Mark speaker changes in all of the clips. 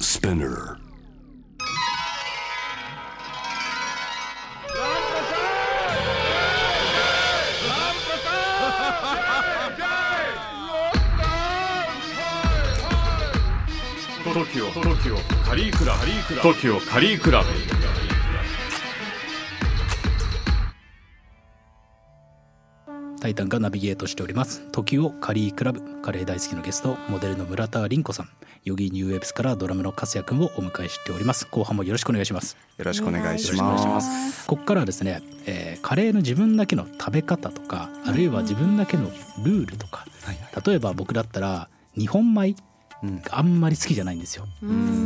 Speaker 1: Spinner.
Speaker 2: トキオ、トキオ、カリークラ、カリークラ、トキオ、カリークラブ。
Speaker 3: タイタンがナビゲートしております時をカリークラブカレー大好きのゲストモデルの村田凛子さんヨギニューウェブスからドラムの粕谷くんをお迎えしております後半もよろしくお願いします
Speaker 4: よろしくお願いし
Speaker 3: よろしくお願いしま
Speaker 4: ます
Speaker 3: ここからはですね、えーカレーの自分だけの食べ方とかあるいは自分だけのルールとか、例えば僕だったら日本米があんまり好きじゃないんですよ、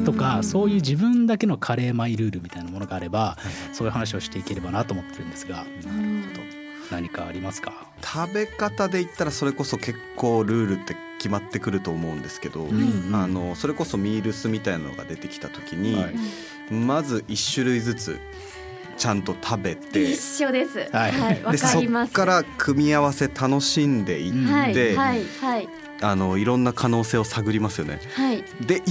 Speaker 3: とかそういう自分だけのカレー米ルールみたいなものがあれば、そういう話をしていければなと思ってるんですが、何かありますか
Speaker 4: 食べ方で言ったらそれこそ結構ルールって決まってくると思うんですけど、
Speaker 3: ん
Speaker 4: あのそれこそミールスみたいなのが出てきた時に、
Speaker 3: はい
Speaker 4: まず1種類ずつちゃんと食べて
Speaker 5: 一緒です。
Speaker 3: はい
Speaker 5: はい、わ、
Speaker 4: で
Speaker 5: か
Speaker 4: そ
Speaker 5: り
Speaker 4: っ
Speaker 5: ます。
Speaker 4: から組み合わせ楽しんでい
Speaker 5: は
Speaker 4: っ
Speaker 5: い、
Speaker 4: て、
Speaker 5: はい、はい、
Speaker 4: あのいろんな可能性を探りますよね。
Speaker 5: はい。
Speaker 4: でい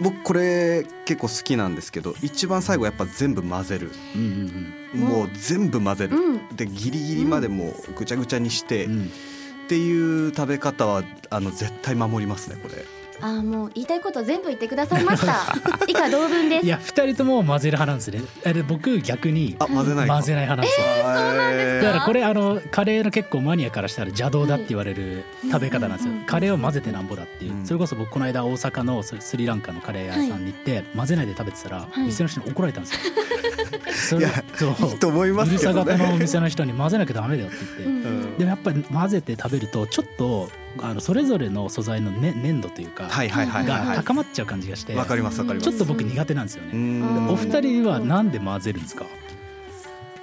Speaker 4: 僕これ結構好きなんですけど一番最後やっぱ全部混ぜる
Speaker 3: うんうん
Speaker 4: もう全部混ぜる、
Speaker 5: うん、
Speaker 4: でギリギリまでもうぐちゃぐちゃにして、
Speaker 3: うんうん
Speaker 4: っていう食べ方はあの絶対守りますねこれ
Speaker 5: あー、もう言いたいこと全部言ってくださいました。以下同文です。
Speaker 3: いや二人とも混ぜる派なんですねあで僕逆に
Speaker 4: あ混ぜない
Speaker 3: 混ぜない派なんですよ、
Speaker 4: そうなんで
Speaker 3: だからこれあのカレーの結構マニアからしたら邪道だって言われる食べ方なんですよ、
Speaker 5: うんうんうん
Speaker 3: カレーを混ぜてなんぼだっていう、
Speaker 4: うん
Speaker 3: それこそ僕この間大阪のそれスリランカのカレー屋さんに行って、混ぜないで食べてたら、
Speaker 5: い
Speaker 3: 店の人に怒られたんです よ、
Speaker 4: いや
Speaker 3: それそう
Speaker 4: いいと思いますけどね
Speaker 3: イルサ型のお店の人に混ぜなきゃダメだよって言って、
Speaker 5: うん、
Speaker 3: でもやっぱり混ぜて食べるとちょっとあのそれぞれの素材の、ね、粘度というか、
Speaker 4: はいはいはいはい
Speaker 3: が
Speaker 4: はい
Speaker 3: 高まっちゃう感じがして、
Speaker 4: わかりますわかります
Speaker 3: ちょっと僕苦手なんですよね、
Speaker 4: うん
Speaker 3: お二人はなんで混ぜるんですか。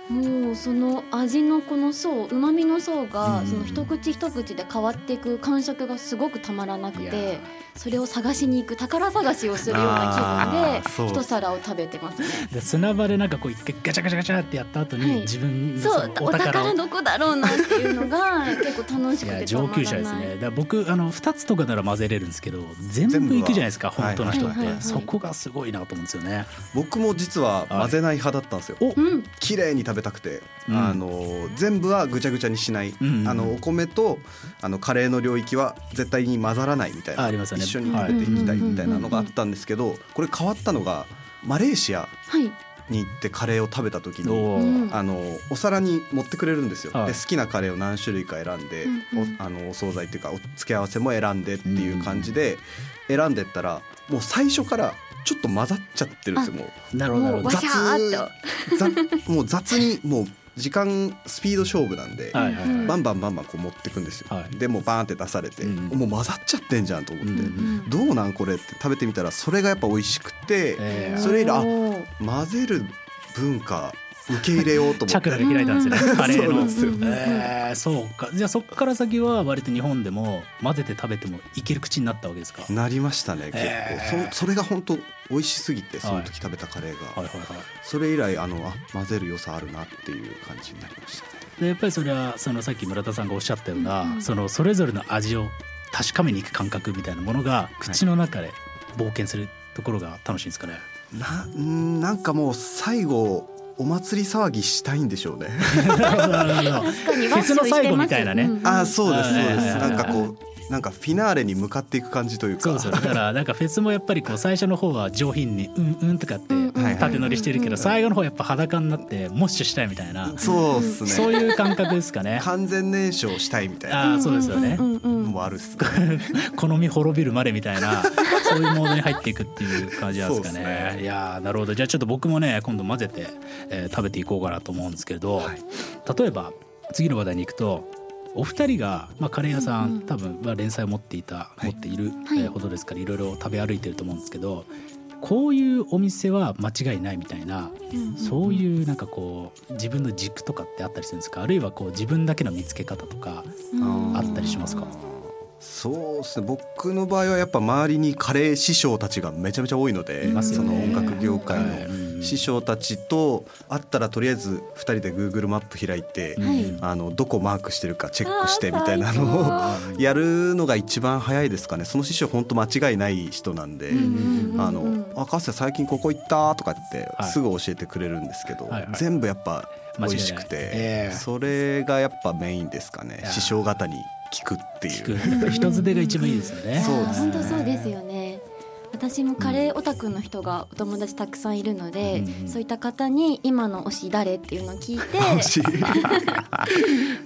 Speaker 5: もうその味のこの層うまみの層が、
Speaker 3: うん
Speaker 5: その一口一口で変わっていく感触がすごくたまらなく
Speaker 3: いやー
Speaker 5: てそれを探しに行く宝探しをするような
Speaker 4: あー
Speaker 5: 気
Speaker 4: そう
Speaker 5: 分で一皿を食べてますね
Speaker 3: で砂場でなんかこう一回ガチャガチャガチャってやった後に、
Speaker 5: はい
Speaker 3: 自分の
Speaker 5: そ
Speaker 3: そうの
Speaker 5: お
Speaker 3: お宝
Speaker 5: 宝
Speaker 3: を。
Speaker 5: どこだろうなっていうのが結構楽し
Speaker 3: い
Speaker 5: く
Speaker 3: や
Speaker 5: てた
Speaker 3: 上
Speaker 5: まらな
Speaker 3: 級
Speaker 5: い
Speaker 3: 者ですね。だから僕あの二つとかなら混ぜれるんですけど、全
Speaker 4: 全
Speaker 3: 部
Speaker 4: 部はい
Speaker 3: くじゃないですか本当の人って、
Speaker 5: はいはいはい
Speaker 3: そこがすごいなと思うんですよね。
Speaker 4: 僕も実は混ぜない派だったんですよ、
Speaker 3: お
Speaker 5: うん
Speaker 4: 綺麗に食べたくて、
Speaker 3: うん
Speaker 4: あの全部はぐちゃぐちゃにしない、
Speaker 3: うんうんうん
Speaker 4: あのお米とあのカレーの領域は絶対に混ざらないみたいな
Speaker 3: あありますよね
Speaker 4: 一緒に食べていきたいみたいなのがあったんですけどこれ変わったのがマレーシア
Speaker 5: はい
Speaker 4: に行ってカレーを食べた時
Speaker 3: お
Speaker 4: に。
Speaker 5: うん
Speaker 4: あのお皿に持ってくれるんですよ、
Speaker 3: はい
Speaker 4: で好きなカレーを何種類か選んで、
Speaker 5: うんうん
Speaker 4: おあのお惣菜っていうかお付け合わせも選んでっていう感じで選んでったらもう最初からちょっと混ざっちゃってるんですよもう
Speaker 3: なるほどな
Speaker 5: も
Speaker 3: るほ
Speaker 5: うわ
Speaker 3: ど
Speaker 5: し。ゃーっと
Speaker 4: ざもう雑にもう時間スピード勝負なんで、
Speaker 3: はいはいはい
Speaker 4: バンバンバンバンこう持ってくんですよ、
Speaker 3: はい
Speaker 4: でもうバーンって出されて、
Speaker 3: うん
Speaker 4: もう混ざっちゃってんじゃんと思って、
Speaker 3: うん
Speaker 5: うん
Speaker 4: どうなんこれって食べてみたらそれがやっぱ美味しくて、
Speaker 3: えー
Speaker 4: それ以来あ
Speaker 5: おー
Speaker 4: 混ぜる文化受け入れようと
Speaker 3: チャ
Speaker 4: 思っ
Speaker 3: クラ
Speaker 4: て
Speaker 3: が開いたんですよね。カレー
Speaker 4: そうな
Speaker 3: の。
Speaker 4: んですよ
Speaker 3: えーそうか。じゃあそこから先は割と日本でも混ぜて食べてもいける口になったわけですか。はい
Speaker 4: なりましたね結構、
Speaker 3: えー
Speaker 4: そそれが本当美味しすぎてその時食べたカレーが、
Speaker 3: はいはい。
Speaker 4: それ以来あのあ混ぜる良さあるなっていう感じになりましたね
Speaker 3: でやっぱりそれはそのさっき村田さんがおっしゃったような、
Speaker 5: うん
Speaker 3: そのそれぞれの味を確かめに行く感覚みたいなものが口の中で冒険するところが楽しいんですかね。
Speaker 4: なうんなんかもう最後お祭り騒ぎしたいんでしょう ね
Speaker 5: 確かに
Speaker 3: フェスの最後みたいなね
Speaker 5: うんうん
Speaker 4: あーそうですそう
Speaker 3: はいは
Speaker 4: で
Speaker 3: い
Speaker 4: す
Speaker 3: はい
Speaker 4: なんかこうなんかフィナーレに向かっていく感じというか
Speaker 3: そうそうだからなんかフェスもやっぱりこう最初の方は上品に「うんうん」とかって
Speaker 5: うんうん
Speaker 3: 縦乗りしてるけ
Speaker 5: うんう
Speaker 3: ど
Speaker 5: ん
Speaker 3: 最後の方やっぱ裸になってモッシュしたいみたいな
Speaker 4: そうっすね
Speaker 3: そういう感覚ですかね。
Speaker 4: 完全燃焼したいみたいな
Speaker 3: あーそうですよね
Speaker 5: うんうんうん
Speaker 4: のもあるっすね
Speaker 3: 好み滅びるまでみたいなそういうモードに入っていくっていう感じなんですかね
Speaker 4: そうですね
Speaker 3: いやーなるほどじゃあちょっと僕もね今度混ぜて、えー食べていこうかなと思うんですけれど、
Speaker 4: はい
Speaker 3: 例えば次の話題に行くとお二人が、まあ、カレー屋さん、多分、まあ、連載を持っていた、
Speaker 4: い
Speaker 3: 持っている、
Speaker 5: はい
Speaker 3: えーほどですからいろいろ食べ歩いてると思うんですけどこういうお店は間違いないみたいな、そういうなんかこう自分の軸とかってあったりするんですかあるいはこう自分だけの見つけ方とか
Speaker 5: うん
Speaker 3: あったりしますか、
Speaker 4: そうですね僕の場合はやっぱ周りにカレー師匠たちがめちゃめちゃ多いので
Speaker 3: いますよ
Speaker 4: その
Speaker 3: ね
Speaker 4: 音楽業界
Speaker 3: はいうん
Speaker 4: の師匠たちと会ったらとりあえず2人で Google マップ開いて、
Speaker 5: はい
Speaker 4: あのどこマークしてるかチェックしてみたいなのを やるのが一番早いですかねその師匠本当間違いない人なんで。
Speaker 5: うん
Speaker 4: あ
Speaker 5: うんうん
Speaker 4: のあかつて最近ここ行ったとかって
Speaker 3: はい
Speaker 4: すぐ教えてくれるんですけど、
Speaker 3: はいはい
Speaker 4: 全部やっぱ美味しくて
Speaker 3: 間違いない、ええ
Speaker 4: それがやっぱメインですかね
Speaker 3: やー
Speaker 4: 師匠方に聞くってい
Speaker 3: 聞く
Speaker 4: う
Speaker 3: やっぱ人づてが一番いいですよ
Speaker 5: いや
Speaker 3: ね。
Speaker 4: そう
Speaker 5: ー
Speaker 4: です
Speaker 5: 本当そうですよね私もカレーオタクの人がお友達たくさんいるので、
Speaker 3: うんうん
Speaker 5: そういった方に今の推し誰っていうのを聞い て
Speaker 4: し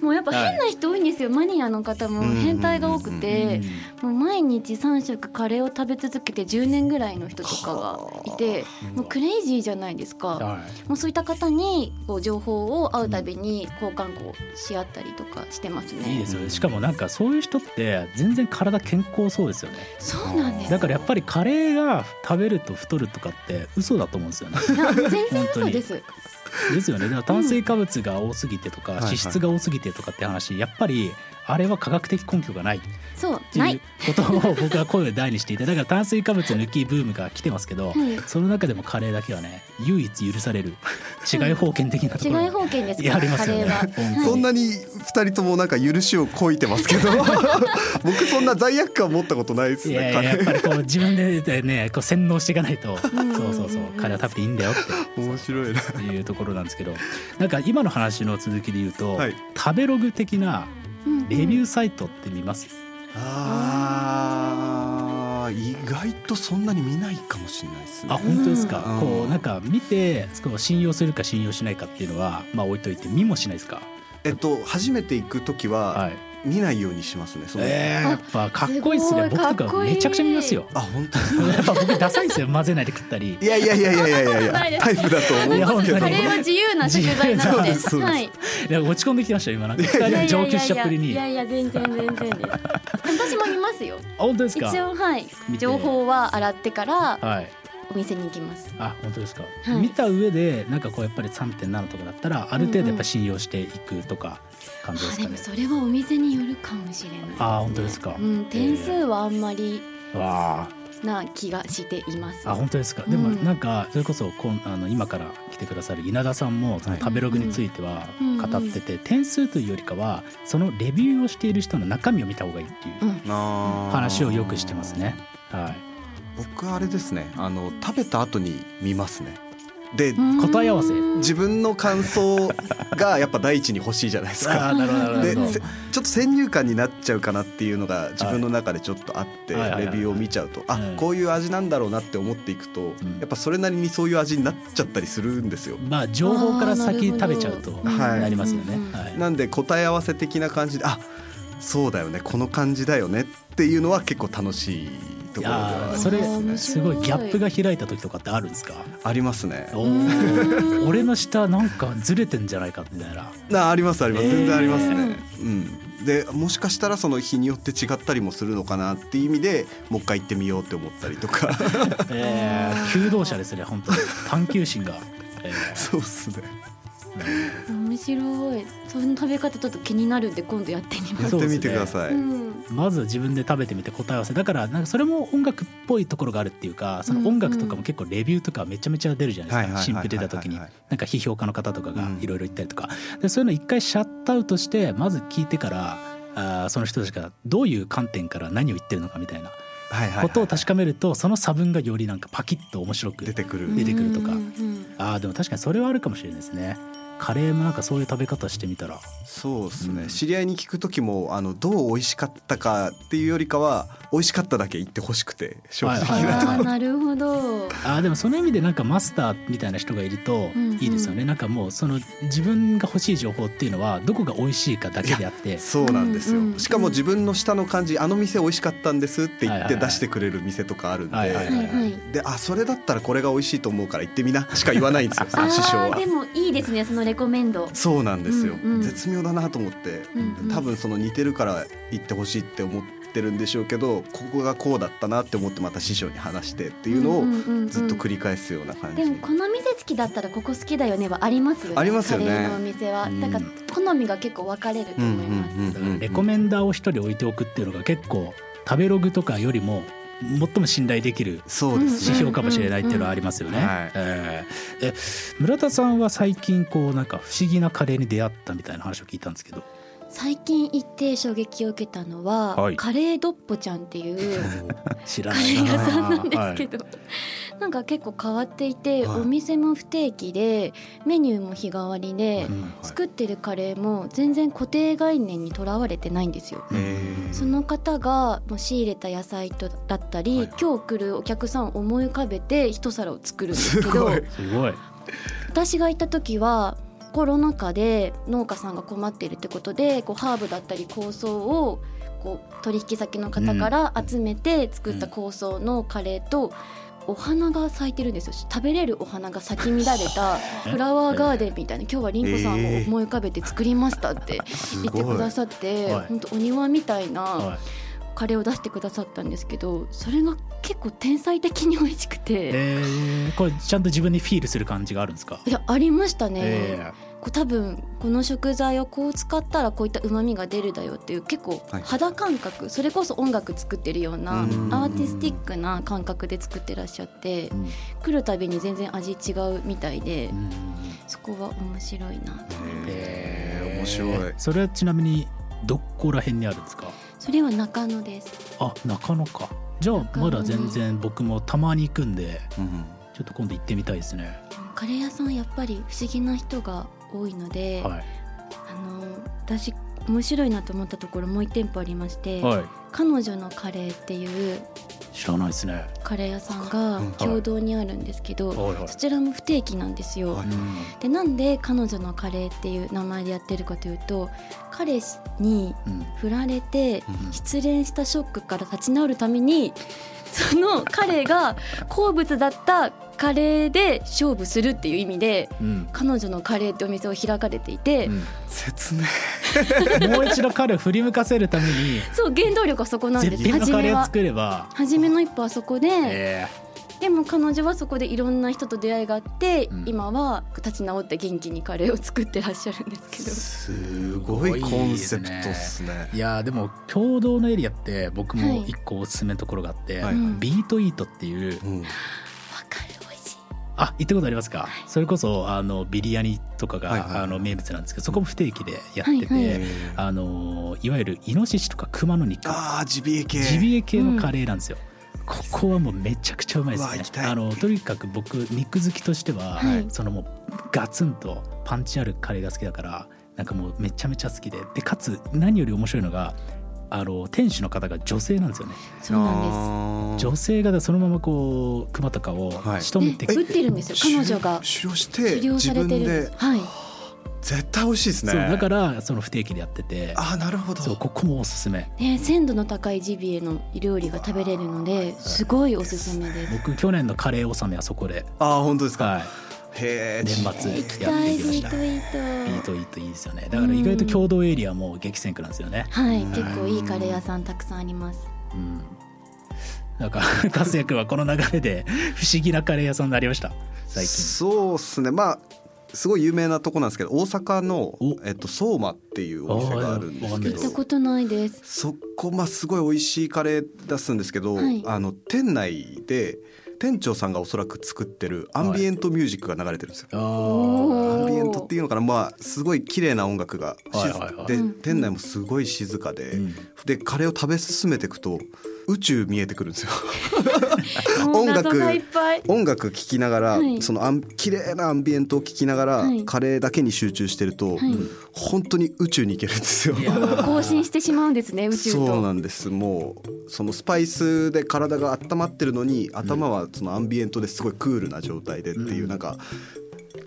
Speaker 5: もうやっぱ変な人多いんですよ、マニアの方も
Speaker 4: うんうんうんうん
Speaker 5: 変態が多くて、
Speaker 3: う
Speaker 5: もう毎日3食カレーを食べ続けて10年ぐらいの人とかがいてもうクレイジーじゃないです
Speaker 3: ん
Speaker 5: か。
Speaker 3: はい
Speaker 5: もうそういった方にこう情報を会うたびに交換こうし合ったりとかしてますね。
Speaker 3: いいですよね。しかもなんかそういう人って全然体健康そうですよね。
Speaker 5: そうなんです。
Speaker 3: だからやっぱりカレーが食べると太るとかって嘘だと思うんですよね。
Speaker 5: いや全然嘘です。
Speaker 3: ですよね。だから炭水化物が多すぎてとか
Speaker 4: はいはい
Speaker 3: 脂質が多すぎてとかって話、やっぱりあれは科学的根拠がないって。
Speaker 5: そうないいう
Speaker 3: ことを僕は声を大にしていて、だから炭水化物抜きブームが来てますけど、
Speaker 5: はい
Speaker 3: その中でもカレーだけはね、唯一許される違い保険的なと
Speaker 5: 違
Speaker 3: ころ
Speaker 5: い
Speaker 3: に。
Speaker 5: 方形です
Speaker 3: いや
Speaker 5: か
Speaker 3: あり
Speaker 5: ら、
Speaker 3: ま
Speaker 5: カ
Speaker 3: すよ
Speaker 5: レ
Speaker 3: ね
Speaker 5: ーは。
Speaker 4: そんな
Speaker 5: は
Speaker 4: に2人ともなんか許しをこいてます けど僕そんな罪悪感持ったことないです
Speaker 3: いや
Speaker 4: ね
Speaker 3: い
Speaker 4: カ
Speaker 3: やや
Speaker 4: レ
Speaker 3: っ
Speaker 4: ー
Speaker 3: ぱりこう自分でねこう洗脳していかない と
Speaker 5: ん
Speaker 3: そうそうそうカレーは食べていいんだよっ
Speaker 4: 面白いな
Speaker 3: ていうところなんですけどなんか今の話の続きで言うと、
Speaker 4: はい
Speaker 3: 食べログ的ない
Speaker 5: うん
Speaker 3: レビューサイトって見ます、
Speaker 4: あー意外とそんなに見ないかもしれないですね
Speaker 3: あ本当ですか、
Speaker 4: うん
Speaker 3: こうなんか見てこう信用するか信用しないかっていうのはまあ置いといて見もしないですか
Speaker 4: えっと初めて行く時
Speaker 3: は
Speaker 4: はい見ないようにしますねその
Speaker 3: えー、やっぱかっこいいっすね
Speaker 5: すごい
Speaker 3: 僕と
Speaker 5: かっ
Speaker 3: か
Speaker 5: こいい
Speaker 3: めちゃくちゃ見ますよ
Speaker 4: あ本当です か
Speaker 3: やっぱ僕ダサいんですよ混ぜないで食ったり
Speaker 4: いやいやいやいやいやいやい
Speaker 5: そんなことないで
Speaker 4: や
Speaker 5: す
Speaker 4: タイプだと思
Speaker 5: い。
Speaker 3: や
Speaker 4: うん
Speaker 5: な
Speaker 4: で
Speaker 5: ん
Speaker 4: すけど
Speaker 5: かカ
Speaker 3: 本
Speaker 5: レーは自由な食材なので、
Speaker 4: 自由
Speaker 5: はい。
Speaker 3: いや落ち込んできてましたよ今なんか2人の上級者っぷり
Speaker 5: い
Speaker 3: に
Speaker 5: やいやいや全然全然です。私も見ますよ。
Speaker 3: あ本当です
Speaker 5: 一
Speaker 3: か
Speaker 5: 応はい
Speaker 3: 見。て
Speaker 5: 情報は洗ってから
Speaker 3: はい
Speaker 5: お店に行きます。
Speaker 3: あ本当ですか、
Speaker 5: い
Speaker 3: 見た上でなんかこうやっぱり3.7とかだったらある程度やっぱ信用していくとか感じで
Speaker 5: あ
Speaker 3: す
Speaker 5: で
Speaker 3: か
Speaker 5: も
Speaker 3: ね、
Speaker 5: それはお店によるかもしれないですね。
Speaker 3: あ本当ですか
Speaker 5: うん点数はあんまり
Speaker 3: わあ
Speaker 5: な気がしています。
Speaker 3: あ本当ですか、でも
Speaker 5: うん
Speaker 3: なんかそれこそこんあの今から来てくださる稲田さんもその食べログについては
Speaker 5: うん
Speaker 3: 語ってて、点数というよりかはそのレビューをしている人の中身を見た方がいいっていう
Speaker 4: あー
Speaker 3: 話をよくしてますね。はい
Speaker 4: 僕はあれですねあの食べた後に見ますねで
Speaker 5: うん
Speaker 3: 答え合わせ
Speaker 5: うん
Speaker 4: 自分の感想がやっぱ第一に欲しいじゃないですか
Speaker 3: ーなるほどな
Speaker 4: で
Speaker 3: るほど
Speaker 4: せちょっと先入観になっちゃうかなっていうのが自分の中でちょっとあってレ
Speaker 3: はいはいはいはい
Speaker 4: ビューを見ちゃうとあ
Speaker 3: うん
Speaker 4: こういう味なんだろうなって思っていくと
Speaker 3: ん
Speaker 4: やっぱそれなりにそういう味になっちゃったりするんですよ。
Speaker 3: まあ情報から先
Speaker 5: あー
Speaker 3: 食
Speaker 5: な
Speaker 3: べ
Speaker 5: るほど
Speaker 3: ちゃうと
Speaker 4: はい
Speaker 3: なりますよね。
Speaker 5: うん
Speaker 3: はい
Speaker 4: なんで答え合わせ的な感じであそうだよねこの感じだよねっていうのは結構楽しい
Speaker 3: い
Speaker 4: ところでは
Speaker 3: や
Speaker 4: あ
Speaker 3: ー
Speaker 4: り
Speaker 3: それ
Speaker 5: あー面白い
Speaker 3: すごいギャップが開いた時とかってあるんですか
Speaker 4: ありますね。
Speaker 3: お
Speaker 5: う
Speaker 3: ー
Speaker 5: ん
Speaker 3: 俺の下なんかずれてんじゃないかみたいな
Speaker 4: なありますあります全
Speaker 3: えー
Speaker 4: 然ありますね。うん、でもしかしたらその日によって違ったりもするのかなっていう意味でもう一回行ってみようって思ったり とか
Speaker 3: えー求道者ですね本当に探求心が、えー
Speaker 4: そうっすね
Speaker 5: 面白い。その食べ方ちょっと気になるんで今度やってみま
Speaker 4: やっ
Speaker 5: す。
Speaker 4: てみてください。
Speaker 5: うん
Speaker 3: まず自分で食べてみて答え合わせだからなんかそれも音楽っぽいところがあるっていうかその音楽とかも結構レビューとかめちゃめちゃ出るじゃないですか
Speaker 4: はい
Speaker 3: 新
Speaker 4: はいはいはいはい
Speaker 3: 譜出た時になんか批評家の方とかが
Speaker 4: うん
Speaker 3: いろいろ言ったりとかでそういうの一回シャットアウトしてまず聞いてからあーその人たちがどういう観点から何を言ってるのかみたいな
Speaker 4: はいはいはい
Speaker 3: ことを確かめるとその差分がよりなんかパキッと面白く
Speaker 4: 出てくる、
Speaker 3: 出てくるとか
Speaker 5: う んうん
Speaker 3: あーでも確かにそれはあるかもしれないですねカレーもなんかそういう食べ方してみたら
Speaker 4: そうです
Speaker 3: う
Speaker 4: ね
Speaker 3: ん
Speaker 4: 知り合いに聞く時もあのどう美味しかったかっていうよりかは美味しかっただけ言ってほしくて正直
Speaker 3: はいはい
Speaker 4: なとこ
Speaker 5: あーなるほど。
Speaker 3: あーでもその意味でなんかマスターみたいな人がいると
Speaker 5: うんうん
Speaker 3: いいですよね、なんかもうその自分が欲しい情報っていうのはどこが美味しいかだけであって
Speaker 4: そうなんですよ、
Speaker 5: うんうん
Speaker 4: しかも自分の下の感じあの店美味しかったんですって言
Speaker 3: はい
Speaker 4: っ
Speaker 3: はい
Speaker 4: て
Speaker 3: はい
Speaker 4: 出してくれる店とかあるんで、
Speaker 3: はいはい
Speaker 5: はいはい。
Speaker 4: であそれだったらこれが美味しいと思うから行ってみなしか言わないんです よその師匠
Speaker 5: ああ
Speaker 4: は
Speaker 5: で。もいいですねそのレコメンド。
Speaker 4: そうなんですよ、
Speaker 5: うんうん
Speaker 4: 絶妙だなと思って、
Speaker 5: うんうん
Speaker 4: 多分その似てるから行ってほしいって思ってってるんでしょうけどここがこうだったなって思ってまた師匠に話してっていうのを
Speaker 5: んんうんうん
Speaker 4: ずっと繰り返すような感じ
Speaker 5: でもこの店好きだったらここ好きだよねはありますよね
Speaker 4: ありますよね
Speaker 5: カレーのお店は
Speaker 3: うん
Speaker 5: だから好みが結構分かれると
Speaker 4: うん
Speaker 5: 思います、
Speaker 4: うんうんうん
Speaker 3: レコメンダーを一人置いておくっていうのが結構食べログとかよりも最も信頼できる
Speaker 4: そうで
Speaker 5: うん
Speaker 4: す
Speaker 3: 指
Speaker 4: ね
Speaker 3: 標かもしれないっていうのはありますよね。
Speaker 4: はい
Speaker 3: えーえ村田さんは最近こうなんか不思議なカレーに出会ったみたいな話を聞いたんですけど、
Speaker 5: 最近行って衝撃を受けたのは、
Speaker 3: はい
Speaker 5: カレードッポちゃんっていう
Speaker 3: 知ら
Speaker 5: カ
Speaker 3: な
Speaker 5: レ
Speaker 3: い
Speaker 5: ー
Speaker 3: な
Speaker 5: 屋さんなんですけど、なんか結構変わっていて、
Speaker 4: はい
Speaker 5: お店も不定期でメニューも日替わりで、
Speaker 3: はいうん
Speaker 5: 作ってるカレーも全然固定概念にとらわれてないんですよ。
Speaker 4: えー
Speaker 5: その方がもう仕入れた野菜とだったり、
Speaker 4: はいはい
Speaker 5: 今日来るお客さんを思い浮かべて一皿を作るんですけ
Speaker 4: す
Speaker 5: ど
Speaker 4: ごい
Speaker 3: すごい。
Speaker 5: 私が行った時はコロナ禍で農家さんが困っているってことでこうハーブだったり香草をこう取引先の方から集めて作った香草のカレーと、お花が咲いてるんですよ食べれるお花が咲き乱れ たフラワーガーデンみたいな今日はりんこさんを思い浮かべて作りましたって
Speaker 4: す
Speaker 5: 言って
Speaker 4: ご
Speaker 5: く
Speaker 4: い
Speaker 5: ださって
Speaker 3: はい
Speaker 5: 本当お庭みたいな
Speaker 3: はい
Speaker 5: カレーを出してくださったんですけどそれが結構天才的に美味しくて
Speaker 3: えーこれちゃんと自分にフィールする感じがあるんですか。
Speaker 5: いやありましたね。
Speaker 3: え
Speaker 5: こう多分この食材をこう使ったらこういった旨味が出るだよっていう結構
Speaker 4: はい
Speaker 5: 肌感覚それこそ音楽作ってるようなア
Speaker 4: うん
Speaker 5: ーティスティックな感覚で作ってらっしゃって
Speaker 3: うん
Speaker 5: 来るたびに全然味違うみたいで
Speaker 3: ーうん
Speaker 5: そこは面白いな
Speaker 4: えー面白い
Speaker 3: それはちなみにどこら辺にあるんですか。
Speaker 5: それは中野です
Speaker 3: あ中野か。じゃあまだ全然僕もたまに行くんで
Speaker 4: うん
Speaker 3: ちょっと今度行ってみたいですね。
Speaker 5: カレー屋さんやっぱり不思議な人が多いので、
Speaker 3: は
Speaker 5: あの私面白いなと思ったところもう一店舗ありまして、
Speaker 3: いはい。
Speaker 5: 彼女のカレーっていう
Speaker 3: 知らないですね。は
Speaker 5: カレー屋さんが
Speaker 4: うん
Speaker 5: 共同にあるんですけど、
Speaker 3: いはい。
Speaker 5: そちらも不定期なんですよ。
Speaker 4: はい
Speaker 5: でなんで彼女のカレーっていう名前でやってるかというと彼氏に
Speaker 3: うん
Speaker 5: 振られて
Speaker 4: うん
Speaker 5: 失恋したショックから立ち直るために その彼が好物だったカレーで勝負するっていう意味で
Speaker 3: うん。
Speaker 5: 彼女のカレーってお店を開かれていて、
Speaker 3: うん
Speaker 4: 説明
Speaker 3: もう一度彼を振り向かせるために
Speaker 5: そう原動力はそこなんです
Speaker 3: 絶品の
Speaker 5: 初
Speaker 3: カ
Speaker 5: め
Speaker 3: レーを
Speaker 5: は
Speaker 3: 作れば
Speaker 5: 初めの一歩はそこで、
Speaker 3: え
Speaker 5: でも彼女はそこでいろんな人と出会いがあって、
Speaker 3: うん
Speaker 5: 今は立ち直って元気にカレーを作ってらっしゃるんですけど。
Speaker 4: すごいコンセプトっすね
Speaker 3: ーいやーでも共同のエリアって僕
Speaker 5: は
Speaker 3: も
Speaker 5: い
Speaker 3: 一個おすすめのところがあって、
Speaker 4: はい
Speaker 5: うん
Speaker 3: ビートイートっていう
Speaker 4: うん
Speaker 5: わかる美味しい。
Speaker 3: あ行ったことありますかそれこそあのビリヤニとかが、
Speaker 4: はいはい
Speaker 3: あの名物なんですけどそこも不定期でやってて、
Speaker 5: はい
Speaker 4: え
Speaker 5: は
Speaker 4: ー
Speaker 3: あのーいわゆるイノシシとかクマの肉
Speaker 4: ああジビエ系
Speaker 3: ジビエ系のカレーなんですよ、ここはもうめちゃくちゃうまいで
Speaker 4: うわ行き
Speaker 3: すね
Speaker 4: たい
Speaker 3: あのとにかく僕肉好きとしては、
Speaker 5: はい
Speaker 3: そのもうガツンとパンチあるカレーが好きだからなんかもうめちゃめちゃ好きででかつ何より面白いのがあの店主の方が女性なんですよね
Speaker 5: そうなん
Speaker 3: 女性がそのままこう熊とかを
Speaker 4: はい
Speaker 3: 仕留めて
Speaker 5: です。打ってるんですよ。彼女が
Speaker 4: 狩猟して
Speaker 5: 治療
Speaker 4: 自
Speaker 5: され
Speaker 4: 分
Speaker 5: てる
Speaker 4: で。
Speaker 5: はい。
Speaker 4: 絶対美味しいですね
Speaker 3: そうだからその不定期でやってて
Speaker 4: ああなるほど
Speaker 3: そうここもおすすめ
Speaker 5: ね、鮮度の高いジビエの料理が食べれるので、すごいおすすめです。
Speaker 3: 僕去年のカレー納めはそこで、
Speaker 4: ああ本当ですか、
Speaker 3: はい、
Speaker 4: へえ
Speaker 3: 年末
Speaker 5: 行き
Speaker 3: やったて
Speaker 5: い
Speaker 3: いきま
Speaker 5: ビ
Speaker 3: した
Speaker 5: ートイ
Speaker 3: ビー
Speaker 5: ート。
Speaker 3: トイートいいですよねだから意外と共同エリアも激戦区なんですよね
Speaker 5: はい、結構いいカレー屋さんたくさんあります。
Speaker 3: うんなんか粕谷君はこの流れで不思議なカレー屋さんになりました最近
Speaker 4: そうっすねまあすごい有名なとこなんですけど大阪の
Speaker 3: お、
Speaker 4: えっと、相馬っていうお店があるんですけ
Speaker 3: あー
Speaker 5: 行った
Speaker 4: ど
Speaker 5: ことないです。
Speaker 4: そこまあすごい美味しいカレー出すんですけど、
Speaker 5: はい
Speaker 4: あの店内で店長さんがおそらく作ってるアンビエントミュージックが流れてるんですよ。
Speaker 3: あー
Speaker 5: おー
Speaker 4: アンビエントっていうのかな、まあ、すごい綺麗な音楽が、
Speaker 3: はいはいはい
Speaker 4: で
Speaker 5: うん
Speaker 4: 店内もすごい静かで、
Speaker 3: うん
Speaker 4: でカレーを食べ進めていくと宇宙見えてくるんですよ
Speaker 5: もう
Speaker 4: 音楽
Speaker 5: 謎がいっぱい。
Speaker 4: 音楽聴きながら、
Speaker 5: はい
Speaker 4: そのアン綺麗なアンビエントを聴きながら、
Speaker 5: はい
Speaker 4: カレーだけに集中してると、
Speaker 5: はい
Speaker 4: 本当に宇宙に行けるんですよ。
Speaker 3: いやー
Speaker 5: 更新してしまうんですね、宇宙
Speaker 4: そう
Speaker 5: と。
Speaker 4: なんですもうそのスパイスで体が温まってるのに頭はそのアンビエントですごいクールな状態でっていう、
Speaker 3: うん
Speaker 4: なんか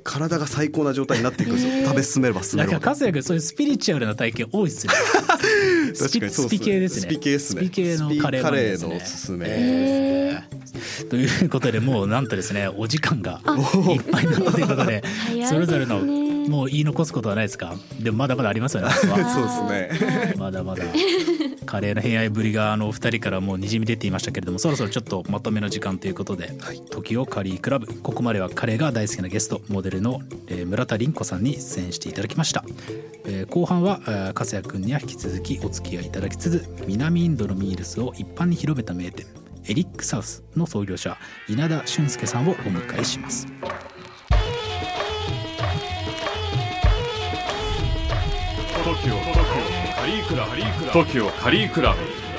Speaker 4: 体が最高な状態になっていくんですよ、
Speaker 5: へー
Speaker 4: 食べ進めれば進
Speaker 3: な
Speaker 4: め
Speaker 3: ん
Speaker 4: る
Speaker 3: か
Speaker 4: ほど
Speaker 3: 粕谷君そういうスピリチュアルな体験多いっすねス
Speaker 4: 確か
Speaker 3: ピ
Speaker 4: にそ
Speaker 3: ス
Speaker 4: うっすね
Speaker 3: ピ系ですね
Speaker 4: スピ系っすね
Speaker 3: スピ系のカレーなんですね
Speaker 4: スピカレーのおすすめ
Speaker 3: えーということでもうなんとですねお時間が
Speaker 5: あ
Speaker 3: いっぱいになったということで
Speaker 5: 早いですね
Speaker 3: それぞれのもう言い残すことはないですかでもまだまだありますよね
Speaker 4: そうですね
Speaker 3: まだまだカレーの偏愛ぶりがあのお二人からもうにじみ出ていましたけれどもそろそろちょっとまとめの時間ということで「時をカリークラブ」ここまではカレーが大好きなゲストモデルの、えー村田凛子さんに出演していただきました、えー後半はえー粕谷君には引き続きお付き合いいただきつつ南インドのミールスを一般に広めた名店エリックサウスの創業者稲田俊介さんをお迎えします
Speaker 2: トキオカリークラブ TOKIO カリークラブ